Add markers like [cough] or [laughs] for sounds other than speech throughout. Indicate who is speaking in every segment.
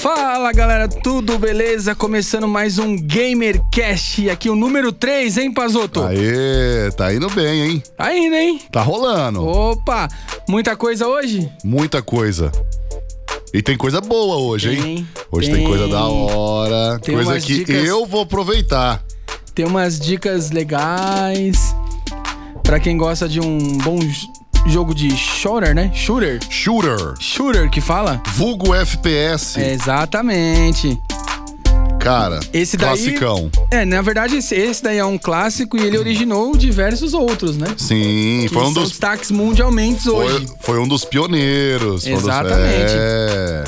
Speaker 1: Fala galera, tudo beleza? Começando mais um GamerCast, aqui o número 3, hein, Pazoto?
Speaker 2: Aê, tá indo bem, hein?
Speaker 1: Tá indo, hein?
Speaker 2: Tá rolando.
Speaker 1: Opa, muita coisa hoje?
Speaker 2: Muita coisa. E tem coisa boa hoje, hein?
Speaker 1: Tem,
Speaker 2: Hoje tem,
Speaker 1: tem.
Speaker 2: coisa da hora,
Speaker 1: Tem
Speaker 2: coisa
Speaker 1: umas
Speaker 2: que
Speaker 1: dicas-
Speaker 2: eu vou aproveitar.
Speaker 1: Tem umas dicas legais pra quem gosta de um bom j- jogo de shooter, né? Shooter?
Speaker 2: Shooter,
Speaker 1: Shooter que fala?
Speaker 2: vulgo FPS,
Speaker 1: É, exatamente.
Speaker 2: cara,
Speaker 1: Esse daí-
Speaker 2: classicão.
Speaker 1: É, na verdade, esse- esse daí é um clássico e ele originou diversos outros, né?
Speaker 2: Sim,
Speaker 1: Que
Speaker 2: foi um
Speaker 1: são
Speaker 2: dos
Speaker 1: destaques mundialmente
Speaker 2: foi,
Speaker 1: hoje.
Speaker 2: foi um dos pioneiros. foi um dos-
Speaker 1: Exatamente.
Speaker 2: é.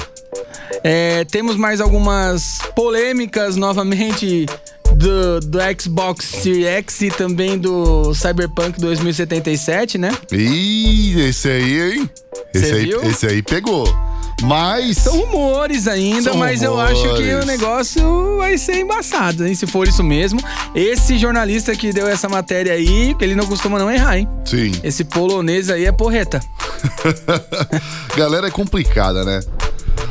Speaker 1: É, temos mais algumas polêmicas novamente do, do Xbox Series X e também do Cyberpunk 2077, né?
Speaker 2: Ih, esse aí, hein? Esse
Speaker 1: Cê
Speaker 2: aí,
Speaker 1: viu?
Speaker 2: esse aí pegou. Mas
Speaker 1: São Então, rumores ainda,
Speaker 2: São
Speaker 1: mas eu
Speaker 2: rumores.
Speaker 1: acho que o negócio vai ser embaçado, hein? Se for isso mesmo. Esse jornalista que deu essa matéria aí, ele não costuma não errar, hein? [laughs]
Speaker 2: sim.
Speaker 1: Esse polonês aí é porreta.
Speaker 2: Galera é complicada, né?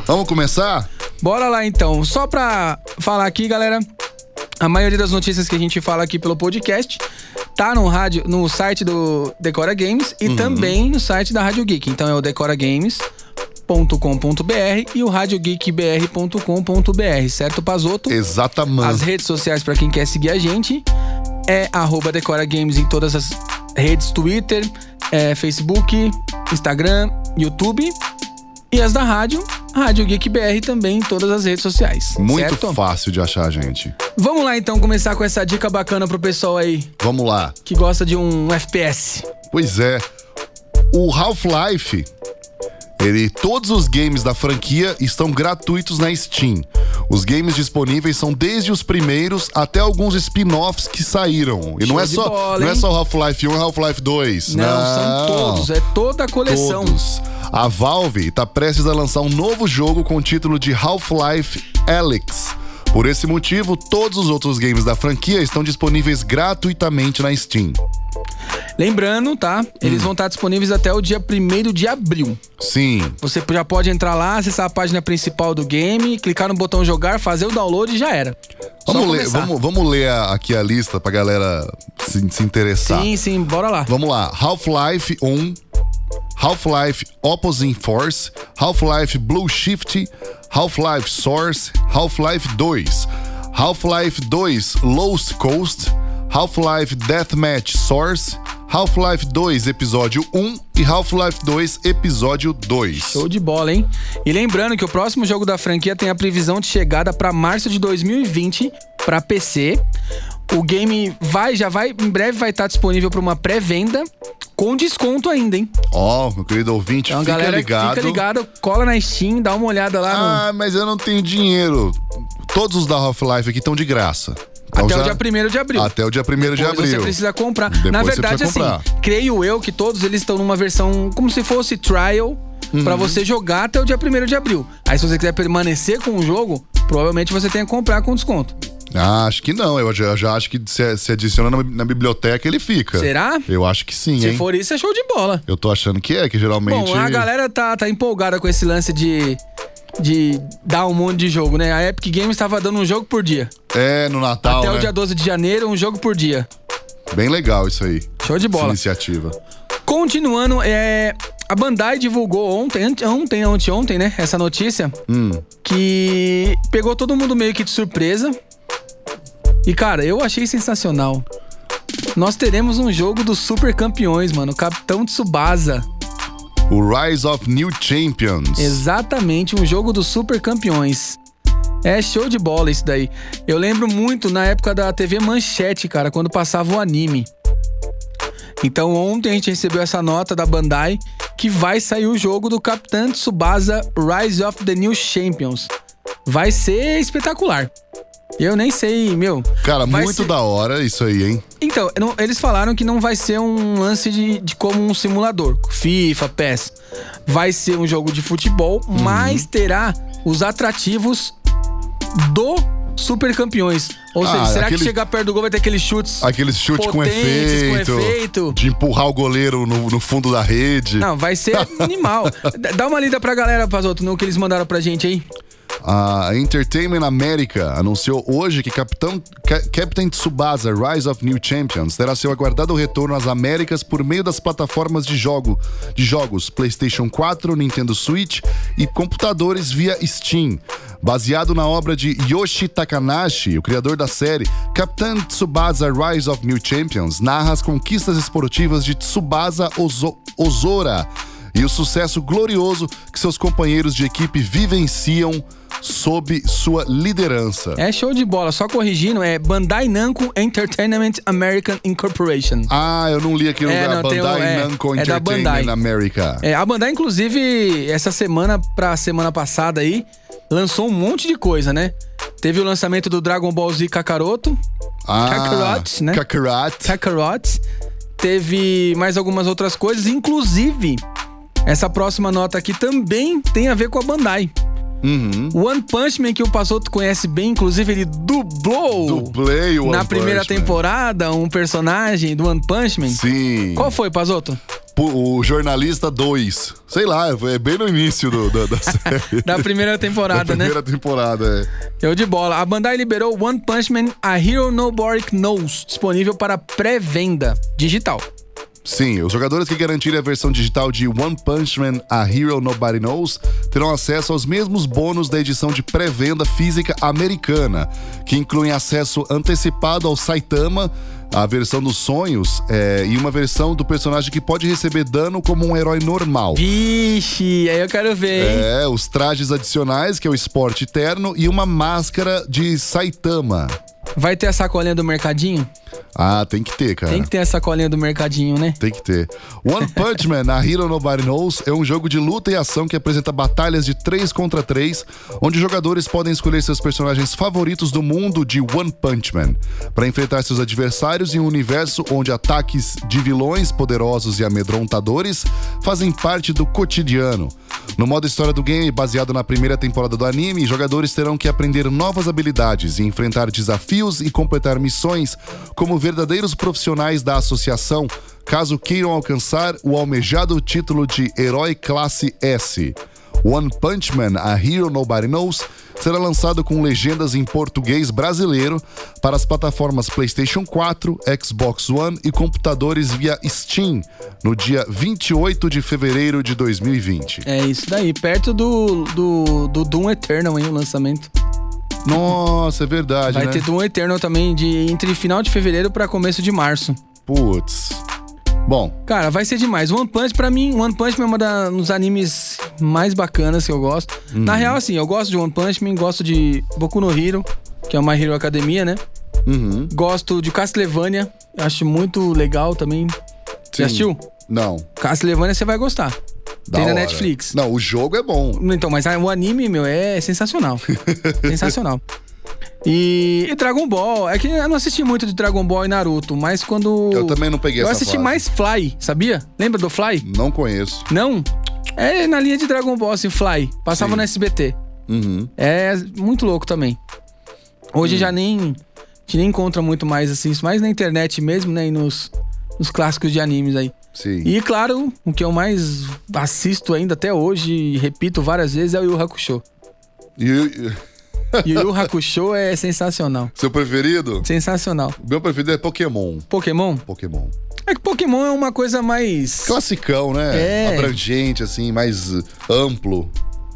Speaker 2: Vamos começar?
Speaker 1: Bora lá então. Só pra falar aqui, galera, a maioria das notícias que a gente fala aqui pelo podcast tá no rádio, no site do Decora Games e também no site da Rádio Geek. Então é o decoragames.com.br e o radiogeekbr.com.br, certo, Pazoto? As
Speaker 2: Exatamente.
Speaker 1: redes sociais pra quem quer seguir a gente é arroba Decora Games em todas as redes, Twitter, é, Facebook, Instagram, YouTube e as da rádio, Rádio Geek BR também em todas as redes sociais.
Speaker 2: Muito
Speaker 1: é certo?
Speaker 2: fácil de achar, gente.
Speaker 1: Vamos lá então começar com essa dica bacana pro pessoal aí
Speaker 2: Vamos lá.
Speaker 1: que gosta de um FPS.
Speaker 2: Pois é. O Half-Life, ele todos os games da franquia estão gratuitos na Steam. Os games disponíveis são desde os primeiros até alguns spin-offs que saíram. E
Speaker 1: Show
Speaker 2: não é
Speaker 1: de
Speaker 2: só,
Speaker 1: bola,
Speaker 2: não é
Speaker 1: hein?
Speaker 2: só Half-Life 1 e Half-Life né? 2.
Speaker 1: Não, são todos, é toda a coleção.
Speaker 2: Todos. A Valve está prestes a lançar um novo jogo com o título de Half-Life Alyx. Por esse motivo, todos os outros games da franquia estão disponíveis gratuitamente na Steam.
Speaker 1: Lembrando, tá? Eles vão estar disponíveis até o dia 1 de abril.
Speaker 2: Sim,
Speaker 1: Você já pode entrar lá, acessar a página principal do game, clicar no botão jogar, fazer o download e já era. Só
Speaker 2: vamos ler,
Speaker 1: começar.
Speaker 2: vamos, vamos ler a- aqui a lista pra galera se, se interessar.
Speaker 1: Sim, sim, bora lá.
Speaker 2: tá. Vamos lá, Half-Life 1, Half-Life Opposing Force, Half-Life Blue Shift, Half-Life Source, Half-Life 2, Half-Life 2 Lost Coast, Half-Life Deathmatch Source, Half-Life 2 Episódio 1 e Half-Life 2 Episódio 2.
Speaker 1: Show de bola, hein? E lembrando que o próximo jogo da franquia tem a previsão de chegada pra março de 2020 pra PC. O game vai, já vai, em breve vai estar disponível pra uma pré-venda com desconto ainda, hein?
Speaker 2: Ó, meu querido ouvinte,
Speaker 1: Então,
Speaker 2: fica
Speaker 1: galera,
Speaker 2: ligado.
Speaker 1: fica ligado, cola na Steam, dá uma olhada lá no
Speaker 2: Ah, mas eu não tenho dinheiro. Todos os da Half-Life aqui estão de graça. Então
Speaker 1: até
Speaker 2: já-
Speaker 1: o dia 1 de abril.
Speaker 2: Até o dia 1 de
Speaker 1: Depois
Speaker 2: abril.
Speaker 1: Você precisa comprar.
Speaker 2: Depois
Speaker 1: Na
Speaker 2: você
Speaker 1: verdade, assim,
Speaker 2: precisa comprar.
Speaker 1: creio eu que todos eles estão numa versão como se fosse trial pra
Speaker 2: Uhum.
Speaker 1: você jogar até o dia 1 de abril. Aí se você quiser permanecer com o jogo, provavelmente você tem que comprar com desconto.
Speaker 2: Ah, acho que não. Eu já, já acho que se, se adiciona na, na biblioteca, ele fica.
Speaker 1: Será?
Speaker 2: Eu acho que É. sim,
Speaker 1: Se
Speaker 2: hein?
Speaker 1: for isso, é show de bola.
Speaker 2: Eu tô achando que é, que geralmente.
Speaker 1: Bom, a galera tá, tá empolgada com esse lance de de dar um monte de jogo, né? A Epic Games estava dando um jogo por dia.
Speaker 2: É, no Natal.
Speaker 1: até
Speaker 2: né?
Speaker 1: o dia 12 de janeiro, um jogo por dia.
Speaker 2: Bem legal isso aí.
Speaker 1: Show de
Speaker 2: Essa
Speaker 1: bola.
Speaker 2: iniciativa.
Speaker 1: Continuando, é, a Bandai divulgou ontem, ante- ontem, anteontem, né? Essa notícia. Que pegou todo mundo meio que de surpresa. E, cara, eu achei sensacional. Nós teremos um jogo dos super campeões, mano. Capitão Tsubasa.
Speaker 2: O Rise of New Champions.
Speaker 1: Exatamente, um jogo dos super campeões. É show de bola isso daí. Eu lembro muito na época da TV Manchete, cara, quando passava o anime. Então ontem a gente recebeu essa nota da Bandai que vai sair o jogo do Capitão Tsubasa Rise of the New Champions. Vai ser espetacular. Eu nem sei, meu.
Speaker 2: Cara,
Speaker 1: Vai
Speaker 2: muito
Speaker 1: ser-
Speaker 2: da hora isso aí, hein?
Speaker 1: Então, não- eles falaram que não vai ser um lance de, de como um simulador, FIFA, PES. Vai ser um jogo de futebol,
Speaker 2: Uhum.
Speaker 1: mas terá os atrativos do Super Campeões. Ou
Speaker 2: Ah,
Speaker 1: seja, será que
Speaker 2: aquele-
Speaker 1: chegar perto do gol vai ter aqueles chutes?
Speaker 2: Aqueles chute com
Speaker 1: Potentes, com
Speaker 2: efeito,
Speaker 1: efeito.
Speaker 2: De empurrar o goleiro no, no fundo da rede. [laughs]
Speaker 1: Não, vai ser animal. D- Dá uma lida pra galera, Pazoto, no que eles mandaram pra gente aí.
Speaker 2: A Entertainment America anunciou hoje que Capitão, Ca- Captain Tsubasa Rise of New Champions terá seu aguardado retorno às Américas por meio das plataformas de, jogo, de jogos PlayStation 4, Nintendo Switch e computadores via Steam. Baseado na obra de Yoshi Takanashi, o criador da série, Capitão Tsubasa Rise of New Champions narra as conquistas esportivas de Tsubasa Ozo- Ozora e o sucesso glorioso que seus companheiros de equipe vivenciam sob sua liderança.
Speaker 1: É show de bola, só corrigindo, é Bandai Namco Entertainment American Incorporation.
Speaker 2: Ah, eu não li aqui no
Speaker 1: É,
Speaker 2: da
Speaker 1: não, tem
Speaker 2: Bandai
Speaker 1: um- é,
Speaker 2: Namco
Speaker 1: é da Bandai.
Speaker 2: Entertainment America.
Speaker 1: É, a Bandai, inclusive, essa semana pra semana passada aí, lançou um monte de coisa, né? Teve o lançamento do Dragon Ball Z Kakaroto,
Speaker 2: Ah,
Speaker 1: Kakarot, né?
Speaker 2: Kakarot.
Speaker 1: Kakarot. Teve mais algumas outras coisas, inclusive, essa próxima nota aqui também tem a ver com a Bandai.
Speaker 2: Uhum.
Speaker 1: One Punch Man, que o Passoto conhece bem, inclusive ele dublou
Speaker 2: Dublei o One
Speaker 1: na primeira
Speaker 2: Punch Man.
Speaker 1: temporada um personagem do One Punch Man.
Speaker 2: Sim.
Speaker 1: Qual foi, Pazoto?
Speaker 2: Pu- O Jornalista 2. Sei lá, é bem no início do- da, [laughs] da série.
Speaker 1: Da primeira
Speaker 2: [laughs] da
Speaker 1: temporada, né?
Speaker 2: primeira temporada, é.
Speaker 1: Eu de bola. A Bandai liberou One Punch Man A Hero Nobody Knows, disponível para pré-venda digital.
Speaker 2: Sim, os jogadores que garantirem a versão digital de One Punch Man A Hero Nobody Knows terão acesso aos mesmos bônus da edição de pré-venda física americana, que incluem acesso antecipado ao Saitama, a versão dos sonhos é, e uma versão do personagem que pode receber dano como um herói normal.
Speaker 1: Vixe, aí eu quero ver, hein?
Speaker 2: É, os trajes adicionais, que é o esporte terno, e uma máscara de Saitama.
Speaker 1: Vai ter a sacolinha do mercadinho?
Speaker 2: Ah, tem que ter, cara.
Speaker 1: Tem que ter a sacolinha do mercadinho, né?
Speaker 2: Tem que ter. One Punch Man, a Hero Nobody Knows, é um jogo de luta e ação que apresenta batalhas de 3 contra 3, onde jogadores podem escolher seus personagens favoritos do mundo de One Punch Man, para enfrentar seus adversários em um universo onde ataques de vilões poderosos e amedrontadores fazem parte do cotidiano. No modo história do game, baseado na primeira temporada do anime, jogadores terão que aprender novas habilidades e enfrentar desafios e completar missões como verdadeiros profissionais da associação, caso queiram alcançar o almejado título de Herói Classe S. One Punch Man, A Hero Nobody Knows, será lançado com legendas em português brasileiro para as plataformas PlayStation 4, Xbox One e computadores via Steam no dia 28 de fevereiro de 2020.
Speaker 1: É isso daí, perto do, do, do Doom Eternal, hein, o lançamento.
Speaker 2: Nossa, é verdade,
Speaker 1: Vai
Speaker 2: né?
Speaker 1: ter Doom Eternal também de entre final de fevereiro pra começo de março.
Speaker 2: Putz. Bom,
Speaker 1: Cara, vai ser demais. One Punch, pra mim, One Punch Man é uma da- dos animes mais bacanas que eu gosto.
Speaker 2: Uhum.
Speaker 1: Na real, assim, eu gosto de One Punch Man, gosto de Boku no Hero, que é uma Hero Academia, né?
Speaker 2: uhum,
Speaker 1: Gosto de Castlevania, acho muito legal também.
Speaker 2: Sim.
Speaker 1: Já assistiu?
Speaker 2: não.
Speaker 1: Castlevania você vai gostar.
Speaker 2: da
Speaker 1: Tem na
Speaker 2: hora.
Speaker 1: Netflix.
Speaker 2: Não, o jogo é bom.
Speaker 1: Então, mas a- o anime, meu, é sensacional.
Speaker 2: [laughs]
Speaker 1: sensacional. E, e Dragon Ball. É que eu não assisti muito de Dragon Ball e Naruto, mas quando.
Speaker 2: Eu também não peguei
Speaker 1: Eu
Speaker 2: essa
Speaker 1: assisti
Speaker 2: fase.
Speaker 1: mais Fly, sabia? Lembra do Fly?
Speaker 2: Não conheço.
Speaker 1: Não? É na linha de Dragon Ball, assim, Fly. Passava
Speaker 2: Sim.
Speaker 1: no SBT.
Speaker 2: Uhum.
Speaker 1: É muito louco também.
Speaker 2: Hum.
Speaker 1: Hoje já nem. A gente nem encontra muito mais, assim, isso mais na internet mesmo, né? E nos, nos clássicos de animes aí.
Speaker 2: Sim.
Speaker 1: E claro, o que eu mais assisto ainda até hoje, e repito várias vezes, é o Yu
Speaker 2: [laughs]
Speaker 1: Hakusho.
Speaker 2: E- e-
Speaker 1: E o Yu Hakusho é sensacional.
Speaker 2: seu preferido?
Speaker 1: Sensacional.
Speaker 2: O Meu preferido é Pokémon.
Speaker 1: Pokémon?
Speaker 2: Pokémon.
Speaker 1: É que Pokémon é uma coisa mais.
Speaker 2: Classicão, né?
Speaker 1: É.
Speaker 2: Abrangente, assim, mais uh, amplo.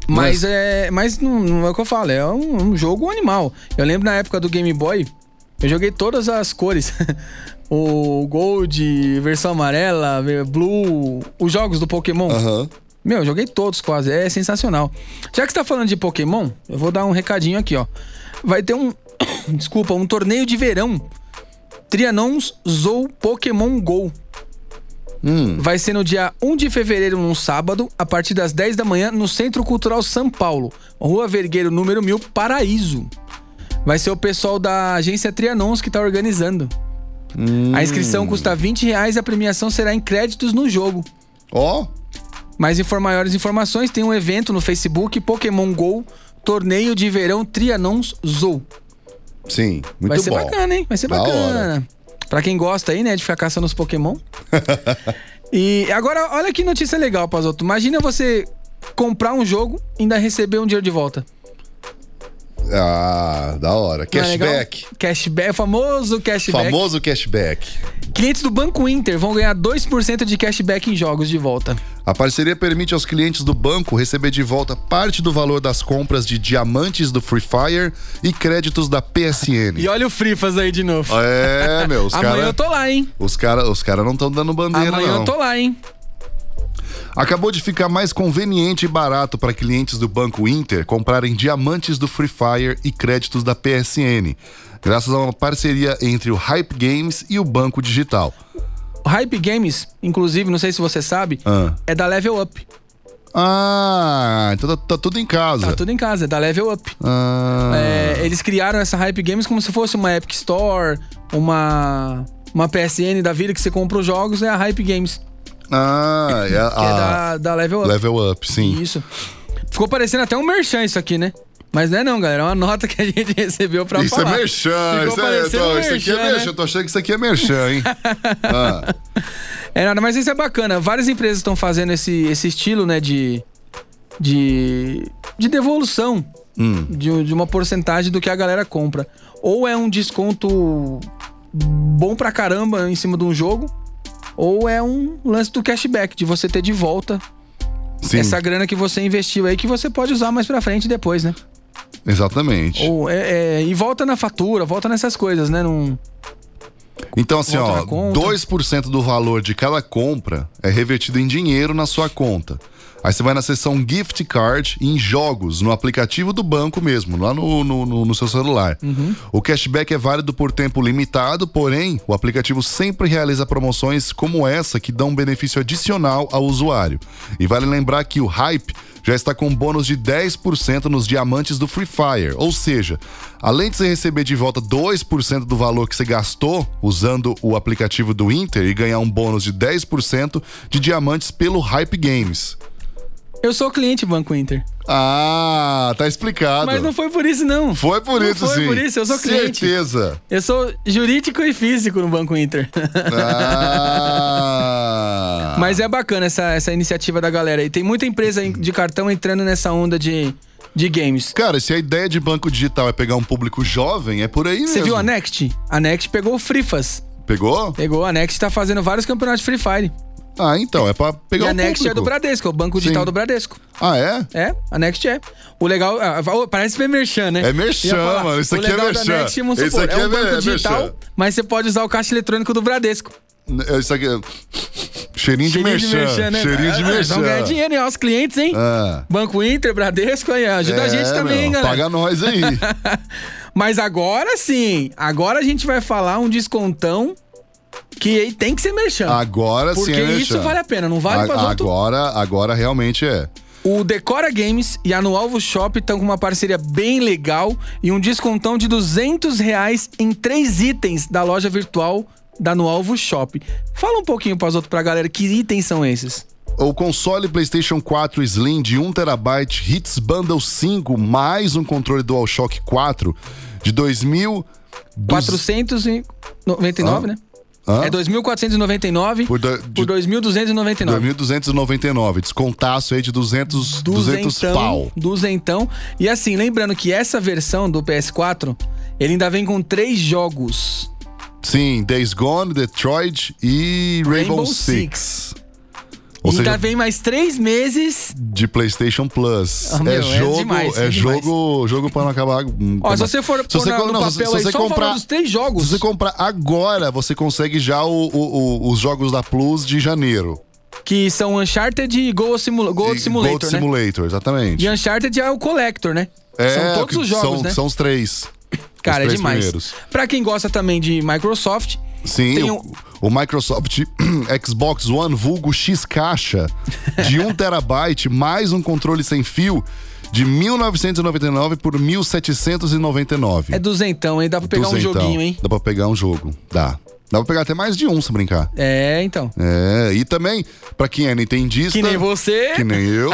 Speaker 1: Mas é. Mas não, não é o que eu falo, é um, um jogo animal. Eu lembro na época do Game Boy, eu joguei todas as cores. [laughs] o Gold, versão amarela, ver- Blue, os jogos do Pokémon.
Speaker 2: Aham.
Speaker 1: Meu, eu joguei todos quase, é sensacional. Já que você tá falando de Pokémon, eu vou dar um recadinho aqui, ó. Vai ter um. [coughs] Desculpa, um torneio de verão. Trianons Zou Pokémon Go.
Speaker 2: Hum.
Speaker 1: Vai ser no dia 1 de fevereiro, num sábado, a partir das 10 da manhã, no Centro Cultural São Paulo, Rua Vergueiro, número 1000, Paraíso. Vai ser o pessoal da agência Trianons que tá organizando.
Speaker 2: hum.
Speaker 1: A inscrição custa 20 reais e a premiação será em créditos no jogo.
Speaker 2: Ó,
Speaker 1: Mais infor maiores informações, tem um evento no Facebook, Pokémon GO, Torneio de Verão Trianons Zoo.
Speaker 2: sim. Muito
Speaker 1: Vai ser
Speaker 2: bom.
Speaker 1: bacana, hein? Vai ser
Speaker 2: Da hora.
Speaker 1: bacana. Pra quem gosta aí, né, de ficar caçando os
Speaker 2: [laughs]
Speaker 1: Pokémon. e agora, olha que notícia legal, Pazoto. Imagina você comprar um jogo e ainda receber um dinheiro de volta.
Speaker 2: Ah, da hora.
Speaker 1: Não é legal?
Speaker 2: Cashback.
Speaker 1: Cashback, famoso cashback.
Speaker 2: Famoso cashback.
Speaker 1: Clientes do Banco Inter vão ganhar 2% de cashback em jogos de volta.
Speaker 2: A parceria permite aos clientes do banco receber de volta parte do valor das compras de diamantes do Free Fire e créditos da
Speaker 1: E
Speaker 2: PSN.
Speaker 1: olha o Frifas aí de novo.
Speaker 2: É, meu, os
Speaker 1: [laughs] Amanhã
Speaker 2: caras.
Speaker 1: eu tô lá, hein?
Speaker 2: Os caras os cara não estão dando bandeira,
Speaker 1: Amanhã
Speaker 2: não.
Speaker 1: eu tô lá, hein?
Speaker 2: Acabou de ficar mais conveniente e barato para clientes do Banco Inter comprarem diamantes do Free Fire e créditos da PSN, graças a uma parceria entre o Hype Games e o Banco Digital.
Speaker 1: O Hype Games, inclusive, não sei se você sabe,
Speaker 2: Ah.
Speaker 1: é da Level Up.
Speaker 2: Ah, então tá, tá tudo em casa.
Speaker 1: Tá tudo em casa, é da Level Up.
Speaker 2: Ah,
Speaker 1: É, eles criaram essa Hype Games como se fosse uma Epic Store, uma, uma PSN da vida que você compra os jogos, é a Hype Games, que
Speaker 2: ah, é,
Speaker 1: é
Speaker 2: ah,
Speaker 1: da, da Level Up.
Speaker 2: level up, sim.
Speaker 1: Isso. Ficou parecendo até um merchan isso aqui, né? Mas não é não, galera. É uma nota que a gente [laughs] recebeu pra
Speaker 2: Isso
Speaker 1: falar.
Speaker 2: é merchan,
Speaker 1: Ficou
Speaker 2: isso, é,
Speaker 1: parecendo
Speaker 2: tô, isso aqui é
Speaker 1: merchan, né?
Speaker 2: merchan. Eu tô achando que isso aqui é
Speaker 1: [laughs]
Speaker 2: merchan, hein? Ah,
Speaker 1: É nada, mas isso é bacana. Várias empresas estão fazendo esse, esse estilo, né, de. de. de devolução de, um- de uma porcentagem do que a galera compra. Ou é um desconto bom pra caramba em cima de um jogo, ou é um lance do cashback, de você ter de volta
Speaker 2: sim,
Speaker 1: essa grana que você investiu aí, que você pode usar mais pra frente depois, né?
Speaker 2: exatamente.
Speaker 1: Ou é, é- e volta na fatura, volta nessas coisas, né? Num,
Speaker 2: Então, assim,
Speaker 1: Volta
Speaker 2: ó,
Speaker 1: na conta.
Speaker 2: 2% do valor de cada compra é revertido em dinheiro na sua conta. Aí você vai na seção Gift Card em jogos, no aplicativo do banco mesmo, lá no, no, no- no seu celular.
Speaker 1: Uhum.
Speaker 2: O cashback é válido por tempo limitado, porém, o aplicativo sempre realiza promoções como essa que dão um benefício adicional ao usuário. E vale lembrar que o Hype já está com bônus de 10% nos diamantes do Free Fire. Ou seja, além de você receber de volta 2% do valor que você gastou usando o aplicativo do Inter e ganhar um bônus de 10% de diamantes pelo Hype Games.
Speaker 1: eu sou cliente Banco Inter.
Speaker 2: Ah, tá explicado.
Speaker 1: Mas não foi por isso, não.
Speaker 2: Foi por
Speaker 1: Não
Speaker 2: isso,
Speaker 1: foi
Speaker 2: sim.
Speaker 1: por isso, eu sou cliente. [laughs]
Speaker 2: Certeza.
Speaker 1: Eu sou jurídico e físico no Banco Inter.
Speaker 2: Ah.
Speaker 1: [laughs] Mas é bacana essa, essa iniciativa da galera. E tem muita empresa em- de cartão entrando nessa onda de, de games.
Speaker 2: Cara, se a ideia de banco digital é pegar um público jovem, é por aí mesmo.
Speaker 1: Você viu a Next? A Next pegou o Frifas.
Speaker 2: Pegou?
Speaker 1: Pegou, a Next tá fazendo vários campeonatos de Free Fire.
Speaker 2: Ah, então, é pra pegar
Speaker 1: e
Speaker 2: um
Speaker 1: a Next
Speaker 2: público.
Speaker 1: é do Bradesco, é o banco digital
Speaker 2: Sim.
Speaker 1: do Bradesco.
Speaker 2: Ah, é?
Speaker 1: É, a Next é. O legal. ah, oh, parece bem merchan, né?
Speaker 2: É merchan,
Speaker 1: Ia falar,
Speaker 2: mano, isso
Speaker 1: o
Speaker 2: aqui é
Speaker 1: legal
Speaker 2: merchan.
Speaker 1: Da Next, vamos
Speaker 2: Isso
Speaker 1: supor,
Speaker 2: aqui
Speaker 1: é um
Speaker 2: é mer-
Speaker 1: banco
Speaker 2: é
Speaker 1: digital,
Speaker 2: merchan.
Speaker 1: mas você pode usar o caixa eletrônico do Bradesco.
Speaker 2: N- Isso aqui é... Cheirinho, de merchan. Cheirinho de
Speaker 1: Ah,
Speaker 2: merchan.
Speaker 1: Vamos ganhar dinheiro, hein? Ó, os clientes, hein?
Speaker 2: Ah.
Speaker 1: Banco Inter, Bradesco, aí, ó, ajuda a gente
Speaker 2: É,
Speaker 1: também, hein,
Speaker 2: meu,
Speaker 1: galera.
Speaker 2: Paga
Speaker 1: [laughs]
Speaker 2: nós aí.
Speaker 1: Mas agora sim, agora a gente vai falar um descontão que aí tem que ser merchan.
Speaker 2: Agora sim
Speaker 1: porque
Speaker 2: é merchan.
Speaker 1: isso vale a pena, não vale
Speaker 2: A-
Speaker 1: para outros.
Speaker 2: agora, agora realmente é.
Speaker 1: O Decora Games e a Noalvo Shop estão com uma parceria bem legal e um descontão de 200 reais em três itens da loja virtual da Noalvo Shop. Fala um pouquinho para outros, pra galera, que itens são esses?
Speaker 2: O console PlayStation 4 Slim de 1TB Hits Bundle 5 mais um controle DualShock 4 de 2000...
Speaker 1: 499,
Speaker 2: Hã?
Speaker 1: né?
Speaker 2: Hã?
Speaker 1: É 2.499 por,
Speaker 2: Por do- de-
Speaker 1: 2.299.
Speaker 2: 2.299, descontaço aí de 200, 200 pau.
Speaker 1: Duzentão. E assim, lembrando que essa versão do PS4, ele ainda vem com três jogos.
Speaker 2: Sim, Days Gone, Detroit e Rainbow,
Speaker 1: Rainbow
Speaker 2: Six.
Speaker 1: Six.
Speaker 2: Ou
Speaker 1: ainda
Speaker 2: seja,
Speaker 1: vem mais três meses.
Speaker 2: de PlayStation Plus.
Speaker 1: Ah, meu,
Speaker 2: é
Speaker 1: é
Speaker 2: jogo, é,
Speaker 1: demais, é demais.
Speaker 2: jogo, jogo para não acabar. hum,
Speaker 1: Ó,
Speaker 2: como
Speaker 1: se
Speaker 2: é?
Speaker 1: você for pôr na-
Speaker 2: co-
Speaker 1: no
Speaker 2: não, se-
Speaker 1: papel
Speaker 2: se
Speaker 1: aí,
Speaker 2: você
Speaker 1: só
Speaker 2: comprar,
Speaker 1: falando dos três jogos.
Speaker 2: Se você comprar agora, você consegue já o- o- o- os jogos da Plus de janeiro.
Speaker 1: Que são Uncharted e Gold, Simula Gold
Speaker 2: E-
Speaker 1: Simulator,
Speaker 2: Gold
Speaker 1: né?
Speaker 2: Simulator, exatamente.
Speaker 1: E Uncharted é o Collector, né?
Speaker 2: É,
Speaker 1: são todos os jogos,
Speaker 2: são,
Speaker 1: né?
Speaker 2: são os três. os
Speaker 1: Cara, é
Speaker 2: três
Speaker 1: demais.
Speaker 2: primeiros.
Speaker 1: Pra quem gosta também de Microsoft,
Speaker 2: Sim,
Speaker 1: Tem um-
Speaker 2: o- o, Microsoft [clears throat] Xbox One vulgo X caixa
Speaker 1: [laughs]
Speaker 2: de 1 terabyte mais um controle sem fio de 1999 por 1799.
Speaker 1: é duzentão, hein? Dá pra pegar um
Speaker 2: Duzentão.
Speaker 1: joguinho, hein?
Speaker 2: Dá pra pegar um jogo, dá. Dá pra pegar até mais de um se brincar.
Speaker 1: É, então.
Speaker 2: É, e também, pra quem é nintendista...
Speaker 1: Que nem você.
Speaker 2: Que nem
Speaker 1: [laughs]
Speaker 2: eu.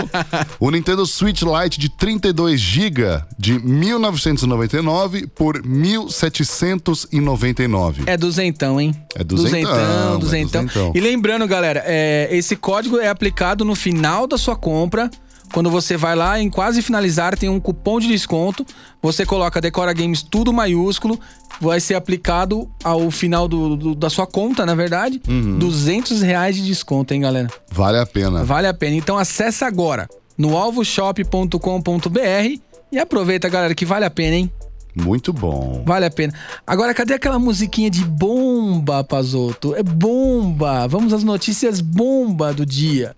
Speaker 2: o Nintendo Switch Lite de 32 GB de 1999 por 1799.
Speaker 1: É duzentão, hein?
Speaker 2: É duzentão, é
Speaker 1: Duzentão, duzentão.
Speaker 2: duzentão.
Speaker 1: E lembrando, galera, é, esse código é aplicado no final da sua compra Quando você vai lá, em quase finalizar, tem um cupom de desconto. Você coloca Decora Games tudo maiúsculo. Vai ser aplicado ao final do, do- da sua conta, na verdade.
Speaker 2: Uhum.
Speaker 1: 200 reais de desconto, hein, galera?
Speaker 2: Vale a pena.
Speaker 1: Vale a pena. Então acessa agora no alvoshop.com.br e aproveita, galera, que vale a pena, hein?
Speaker 2: Muito bom.
Speaker 1: Vale a pena. Agora, cadê aquela musiquinha de bomba, Pazoto? É bomba. Vamos às notícias bomba do dia.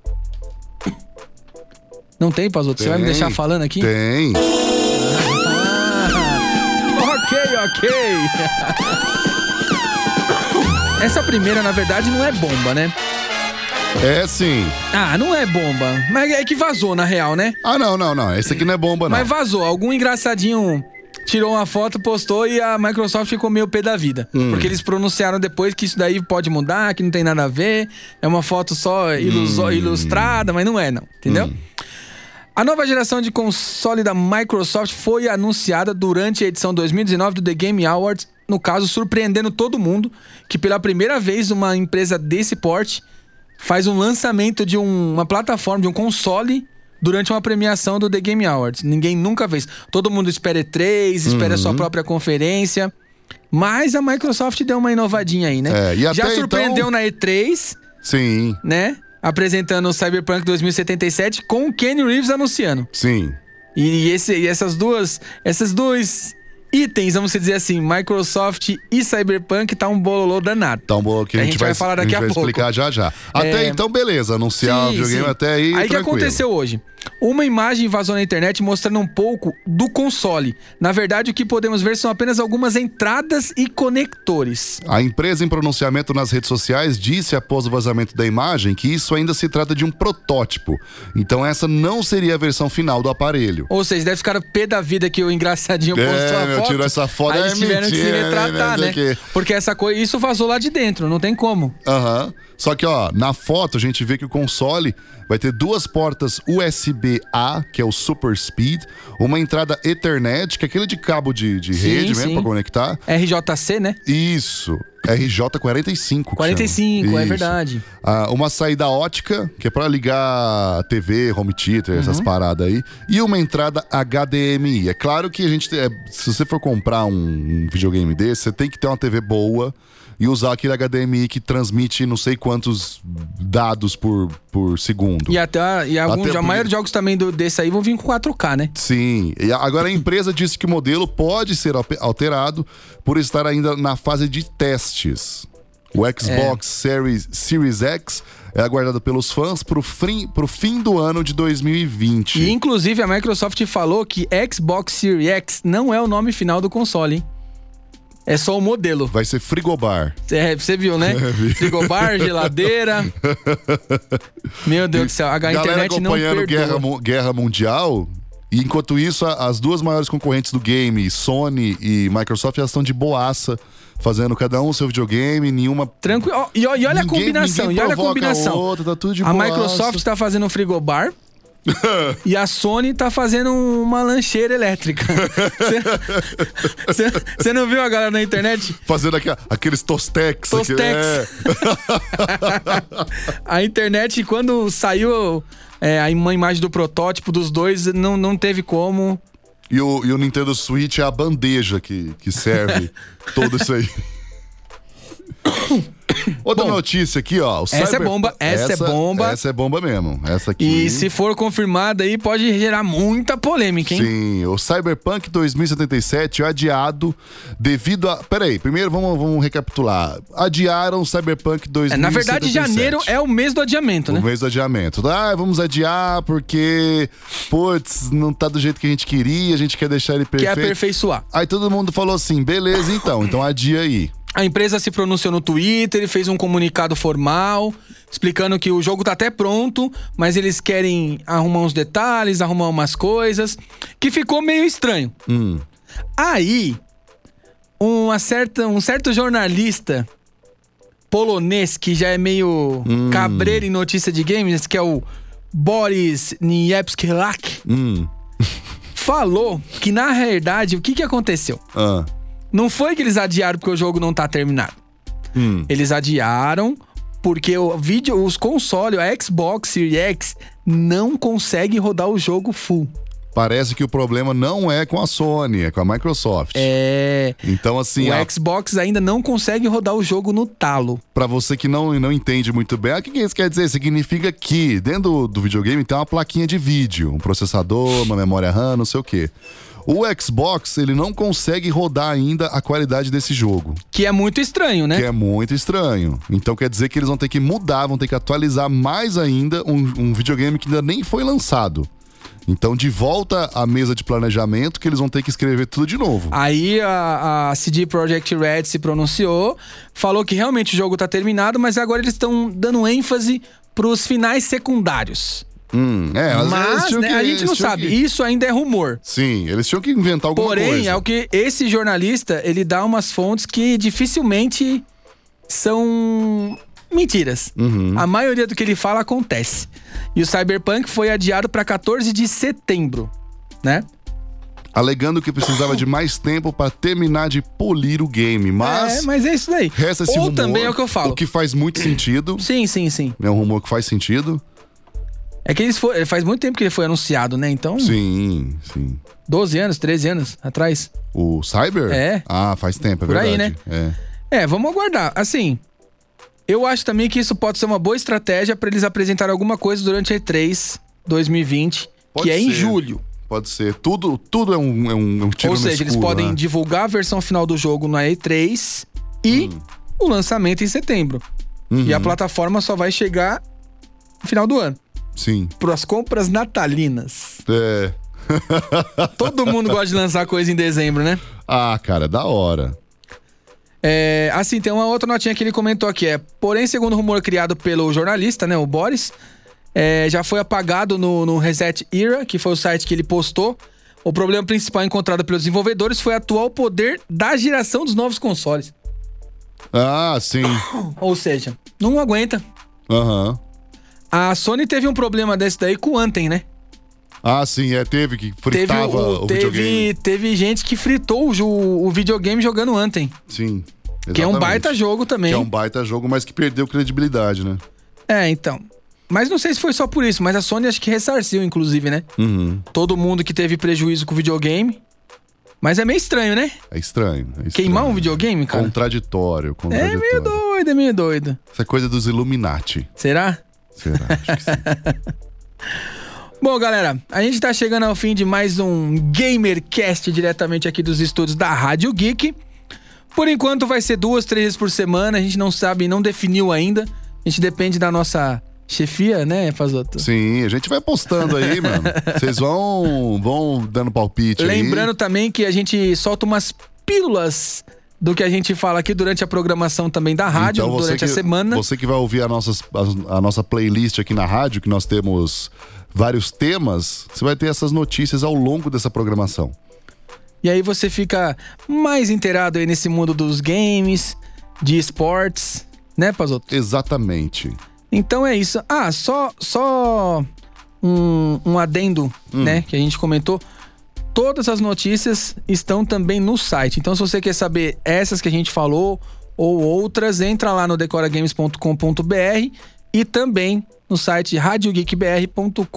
Speaker 1: Não tem, Pazoto? Você vai me
Speaker 2: Tem,
Speaker 1: deixar falando aqui?
Speaker 2: Tem.
Speaker 1: Ok, ok. [laughs] Essa primeira, na verdade, não é bomba, né?
Speaker 2: É sim.
Speaker 1: Ah, não é bomba. Mas é que vazou, na real, né?
Speaker 2: Ah, não, não, não. Esse aqui não é bomba, não.
Speaker 1: Mas vazou. Algum engraçadinho tirou uma foto, postou e a Microsoft ficou meio pé da vida. Porque eles pronunciaram depois que isso daí pode mudar, que não tem nada a ver. É uma foto só iluso- ilustrada, mas não é, não. Entendeu? A nova geração de console da Microsoft foi anunciada durante a edição 2019 do The Game Awards, no caso, surpreendendo todo mundo que pela primeira vez uma empresa desse porte faz um lançamento de um- uma plataforma, de um console, durante uma premiação do The Game Awards. Ninguém nunca fez. Todo mundo espera E3, espera a
Speaker 2: Uhum.
Speaker 1: sua própria conferência. Mas a Microsoft deu uma inovadinha aí, né?
Speaker 2: É, e
Speaker 1: Já
Speaker 2: até
Speaker 1: surpreendeu
Speaker 2: então-
Speaker 1: na E3,
Speaker 2: Sim,
Speaker 1: né? Apresentando o Cyberpunk 2077 com o Kenny Reeves anunciando.
Speaker 2: sim.
Speaker 1: E, esse- e essas duas, essas dois itens, vamos dizer assim, Microsoft e Cyberpunk tá um bololô danado.
Speaker 2: Tá um bom que a,
Speaker 1: A gente vai falar daqui
Speaker 2: a,
Speaker 1: a
Speaker 2: gente
Speaker 1: pouco.
Speaker 2: vai explicar já já. Até
Speaker 1: É.
Speaker 2: então, beleza. Anunciar o
Speaker 1: Sim,
Speaker 2: videogame
Speaker 1: sim.
Speaker 2: até aí.
Speaker 1: Aí o que
Speaker 2: tranquilo.
Speaker 1: aconteceu hoje? Uma imagem vazou na internet mostrando um pouco do console. Na verdade, o que podemos ver são apenas algumas entradas e conectores.
Speaker 2: A empresa em pronunciamento nas redes sociais disse após o vazamento da imagem que isso ainda se trata de um protótipo. Então essa não seria a versão final do aparelho.
Speaker 1: Ou seja, deve ficar pé da vida que o engraçadinho
Speaker 2: É,
Speaker 1: postou a
Speaker 2: meu,
Speaker 1: foto.
Speaker 2: tirou essa foto,
Speaker 1: aí
Speaker 2: é
Speaker 1: eles tiveram que se
Speaker 2: mentira, né,
Speaker 1: retratar,
Speaker 2: não sei
Speaker 1: né?
Speaker 2: o quê.
Speaker 1: Porque essa coisa, isso vazou lá de dentro, não tem como.
Speaker 2: Aham. Só que, ó, na foto a gente vê que o console vai ter duas portas USB-A, que é o Super Speed, uma entrada Ethernet, que é aquele de cabo de, de
Speaker 1: Sim,
Speaker 2: rede mesmo
Speaker 1: sim.
Speaker 2: pra conectar.
Speaker 1: RJC, né?
Speaker 2: Isso. RJ45. que
Speaker 1: 45,
Speaker 2: chama.
Speaker 1: é
Speaker 2: Isso.
Speaker 1: verdade.
Speaker 2: Ah, uma saída ótica, que é pra ligar TV, home theater, essas paradas aí. E uma entrada HDMI. É claro que a gente. é, se você for comprar um videogame desse, você tem que ter uma TV boa e usar aquele HDMI que transmite não sei quantos dados por, por segundo.
Speaker 1: E até e alguns,
Speaker 2: Até
Speaker 1: a
Speaker 2: porque-
Speaker 1: maioria dos jogos também do, desse aí vão vir com 4K, né?
Speaker 2: Sim, e a- agora a empresa disse que o modelo pode ser alpe- alterado por estar ainda na fase de testes. O Xbox
Speaker 1: É.
Speaker 2: Series, Series X é aguardado pelos fãs pro, frim, pro fim do ano de 2020.
Speaker 1: E inclusive a Microsoft falou que Xbox Series X não é o nome final do console, hein? É só o modelo.
Speaker 2: Vai ser frigobar.
Speaker 1: É, você viu,
Speaker 2: [laughs]
Speaker 1: né? Frigobar, geladeira. Meu Deus do céu, a
Speaker 2: Galera
Speaker 1: internet não
Speaker 2: acompanhando
Speaker 1: perdoa.
Speaker 2: guerra, Mu- guerra mundial. E enquanto isso, a- as duas maiores concorrentes do game, Sony e Microsoft, já estão de boaça, fazendo cada um o seu videogame, nenhuma.
Speaker 1: Tranquilo. Ó, E, ó- e olha a
Speaker 2: Ninguém-
Speaker 1: combinação,
Speaker 2: ninguém
Speaker 1: e olha a
Speaker 2: provoca
Speaker 1: combinação.
Speaker 2: outra, tá tudo de
Speaker 1: a
Speaker 2: boaça.
Speaker 1: Microsoft tá fazendo um frigobar.
Speaker 2: [laughs]
Speaker 1: e a Sony tá fazendo uma lancheira elétrica. [laughs] Você não viu a galera na internet?
Speaker 2: Fazendo aqua- aqueles tostex. aquele-
Speaker 1: Tostex.
Speaker 2: é.
Speaker 1: A internet, quando saiu é, a ima- imagem do protótipo dos dois, não, não teve como.
Speaker 2: E o, e o Nintendo Switch é a bandeja que,
Speaker 1: [laughs]
Speaker 2: que serve todo
Speaker 1: [coughs]
Speaker 2: isso aí. Outra notícia aqui, ó. o
Speaker 1: essa é bomba, essa é bomba.
Speaker 2: Essa é bomba mesmo. Essa aqui.
Speaker 1: E se for confirmada aí, pode gerar muita polêmica, hein?
Speaker 2: Sim, o Cyberpunk 2077 é adiado devido a. Peraí, primeiro vamos, vamos recapitular. Adiaram o Cyberpunk
Speaker 1: É,
Speaker 2: 2077.
Speaker 1: na verdade, janeiro é o mês do adiamento,
Speaker 2: O
Speaker 1: né?
Speaker 2: mês do adiamento. Ah, vamos adiar porque, putz, não tá do jeito que a gente queria, a gente quer deixar ele
Speaker 1: Que é
Speaker 2: perfeito.
Speaker 1: aperfeiçoar.
Speaker 2: Aí todo mundo falou assim, beleza então, então adia aí.
Speaker 1: A empresa se pronunciou no Twitter e fez um comunicado formal, explicando que o jogo tá até pronto, mas eles querem arrumar uns detalhes, arrumar umas coisas, que ficou meio estranho.
Speaker 2: Hum,
Speaker 1: Aí, uma certa, um certo jornalista polonês que já é meio cabreiro em notícia de games, que é o Boris Niepskilak,
Speaker 2: Hum,
Speaker 1: falou que na realidade o que, que aconteceu?
Speaker 2: ah,
Speaker 1: Não foi que eles adiaram porque o jogo não tá terminado.
Speaker 2: hum.
Speaker 1: Eles adiaram porque o vídeo, os consoles, a Xbox Series X não consegue rodar o jogo full.
Speaker 2: Parece que o problema não é com a Sony, é com a Microsoft.
Speaker 1: É.
Speaker 2: Então, assim,
Speaker 1: o Xbox ainda não consegue rodar o jogo no talo.
Speaker 2: para você que não, não entende muito bem, ah, o que, que isso quer dizer? Significa que dentro do, do videogame tem uma plaquinha de vídeo, um processador, uma memória RAM, não sei o quê. O Xbox, ele não consegue rodar ainda a qualidade desse jogo,
Speaker 1: Que é muito estranho, né?
Speaker 2: que é muito estranho. Então quer dizer que eles vão ter que mudar, vão ter que atualizar mais ainda um, um videogame que ainda nem foi lançado. Então, de volta à mesa de planejamento, que eles vão ter que escrever tudo de novo.
Speaker 1: Aí a, a CD Projekt Red se pronunciou, falou que realmente o jogo tá terminado, mas agora eles estão dando ênfase pros finais secundários.
Speaker 2: Hum, é, às vezes
Speaker 1: Ah, mas
Speaker 2: tinham
Speaker 1: né,
Speaker 2: que-
Speaker 1: a gente
Speaker 2: eles
Speaker 1: não
Speaker 2: tinham
Speaker 1: sabe,
Speaker 2: que-
Speaker 1: isso ainda é rumor.
Speaker 2: Sim, eles tinham que inventar alguma
Speaker 1: Porém,
Speaker 2: coisa.
Speaker 1: é o que esse jornalista, ele dá umas fontes que dificilmente são mentiras.
Speaker 2: Uhum.
Speaker 1: A maioria do que ele fala acontece. E o Cyberpunk foi adiado para 14 de setembro, né?
Speaker 2: Alegando que precisava de mais tempo para terminar de polir o game, mas,
Speaker 1: é, mas é isso daí.
Speaker 2: resta esse
Speaker 1: Ou
Speaker 2: rumor,
Speaker 1: também é o que eu falo.
Speaker 2: O que faz muito sentido,
Speaker 1: Sim, sim, sim.
Speaker 2: é um rumor que faz sentido.
Speaker 1: É que eles foram, faz muito tempo que ele foi anunciado, né? Então,
Speaker 2: Sim, sim.
Speaker 1: 12 anos, 13 anos atrás.
Speaker 2: O Cyber?
Speaker 1: É.
Speaker 2: Ah, faz tempo, é
Speaker 1: Por aí,
Speaker 2: verdade. né?
Speaker 1: É, vamos aguardar. Assim, eu acho também que isso pode ser uma boa estratégia para eles apresentarem alguma coisa durante a E3 2020,
Speaker 2: Pode
Speaker 1: que é em
Speaker 2: ser.
Speaker 1: julho.
Speaker 2: Pode ser. Tudo, tudo é um, é um, é um tiro
Speaker 1: Ou
Speaker 2: no
Speaker 1: seja, eles
Speaker 2: escuro,
Speaker 1: podem
Speaker 2: né?
Speaker 1: divulgar a versão final do jogo na E3 e o lançamento em setembro.
Speaker 2: Hum. Uhum,
Speaker 1: E a plataforma só vai chegar no final do ano.
Speaker 2: Sim.
Speaker 1: Para as compras
Speaker 2: [laughs]
Speaker 1: natalinas.
Speaker 2: É.
Speaker 1: Todo mundo gosta de lançar coisa em dezembro, né?
Speaker 2: Ah, cara, da hora.
Speaker 1: É, assim, tem uma outra notinha que ele comentou aqui. É, porém, segundo o rumor criado pelo jornalista, né, o Boris, é, já foi apagado no, no Reset Era, que foi o site que ele postou. O problema principal encontrado pelos desenvolvedores foi o atual poder da geração dos novos consoles.
Speaker 2: Ah, sim.
Speaker 1: Ou seja, não aguenta.
Speaker 2: Aham.
Speaker 1: A Sony teve um problema desse daí com o Anthem, né?
Speaker 2: Ah, sim, é, teve que
Speaker 1: Teve,
Speaker 2: fritava o, videogame.
Speaker 1: teve, teve gente que fritou o, jo- o videogame jogando Anthem,
Speaker 2: Sim.
Speaker 1: que é um
Speaker 2: exatamente.
Speaker 1: baita jogo também.
Speaker 2: Que é um baita jogo, mas que perdeu credibilidade, né?
Speaker 1: É, então. Mas não sei se foi só por isso, mas a Sony acho que ressarciu, inclusive, né?
Speaker 2: Uhum.
Speaker 1: Todo mundo que teve prejuízo com o videogame. Mas é meio estranho, né?
Speaker 2: É estranho. é estranho.
Speaker 1: Queimar um videogame, cara.
Speaker 2: Contraditório,
Speaker 1: É
Speaker 2: contraditório.
Speaker 1: meio doido, é meio doido.
Speaker 2: Essa coisa dos Illuminati.
Speaker 1: Será?
Speaker 2: Será? Acho que sim.
Speaker 1: Bom, galera, a gente tá chegando ao fim de mais um GamerCast diretamente aqui dos estúdios da Rádio Geek. Por enquanto vai ser duas, três vezes por semana, a gente não sabe, não definiu ainda. A gente depende da nossa chefia, né, Fazoto?
Speaker 2: Sim, a gente vai postando aí, mano. Vocês vão, vão dando palpite
Speaker 1: Lembrando também que a gente solta umas pílulas do que a gente fala aqui durante a programação também da
Speaker 2: aí.
Speaker 1: rádio,
Speaker 2: Então, você
Speaker 1: durante a
Speaker 2: que-
Speaker 1: semana.
Speaker 2: Você que vai ouvir a, nossas, a, a nossa playlist aqui na rádio, que nós temos vários temas, você vai ter essas notícias ao longo dessa programação.
Speaker 1: E aí você fica mais inteirado aí nesse mundo dos games, de esportes, né, Pazoto?
Speaker 2: Exatamente.
Speaker 1: Então é isso. Ah, só, só um, um adendo, né? Que a gente comentou. Todas as notícias estão também no site. Então, se você quer saber essas que a gente falou ou outras, entra lá no decoragames.com.br e também no site radiogeekbr.com.br.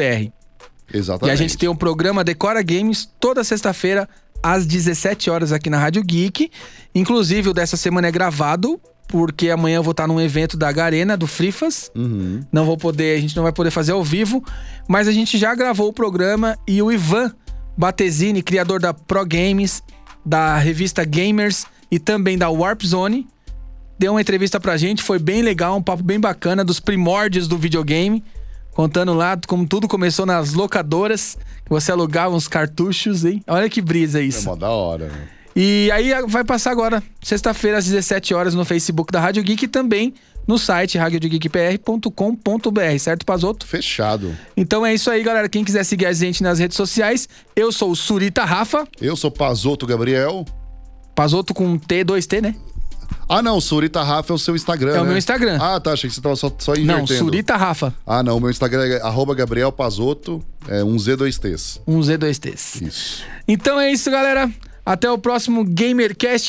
Speaker 1: E
Speaker 2: Exatamente.
Speaker 1: a gente tem o programa Decora Games toda sexta-feira às 17 horas aqui na Rádio Geek. Inclusive, o dessa semana é gravado, porque amanhã eu vou estar num evento da Garena, do Frifas.
Speaker 2: Uhum.
Speaker 1: Não vou poder, a gente não vai poder fazer ao vivo, mas a gente já gravou o programa e o Ivan Batesini, criador da Pro Games, da revista Gamers e também da Warp Zone, deu uma entrevista pra gente, foi bem legal, um papo bem bacana dos primórdios do videogame, contando lá como tudo começou nas locadoras, que você alugava uns cartuchos, hein? Olha que brisa
Speaker 2: É
Speaker 1: isso.
Speaker 2: mó da hora. né?
Speaker 1: E aí a- vai passar agora, sexta-feira, às 17 horas, no Facebook da Rádio Geek e também no site radiogeekpr.com.br, certo, Pazoto?
Speaker 2: Fechado.
Speaker 1: Então é isso aí, galera. Quem quiser seguir a gente nas redes sociais, eu sou o Surita Rafa,
Speaker 2: Eu sou Pazoto Gabriel.
Speaker 1: Pazoto com T, 2T, né?
Speaker 2: Ah, não, Surita Rafa é o seu Instagram.
Speaker 1: É o
Speaker 2: né?
Speaker 1: meu Instagram.
Speaker 2: Ah, tá. Achei que você tava só, só invertendo.
Speaker 1: Não, Surita Rafa,
Speaker 2: Ah, não. O meu Instagram é arroba Gabriel Pazoto, é um Z, dois T's.
Speaker 1: um Z, 2Ts.
Speaker 2: Isso.
Speaker 1: Então é isso, galera. Até o próximo GamerCast.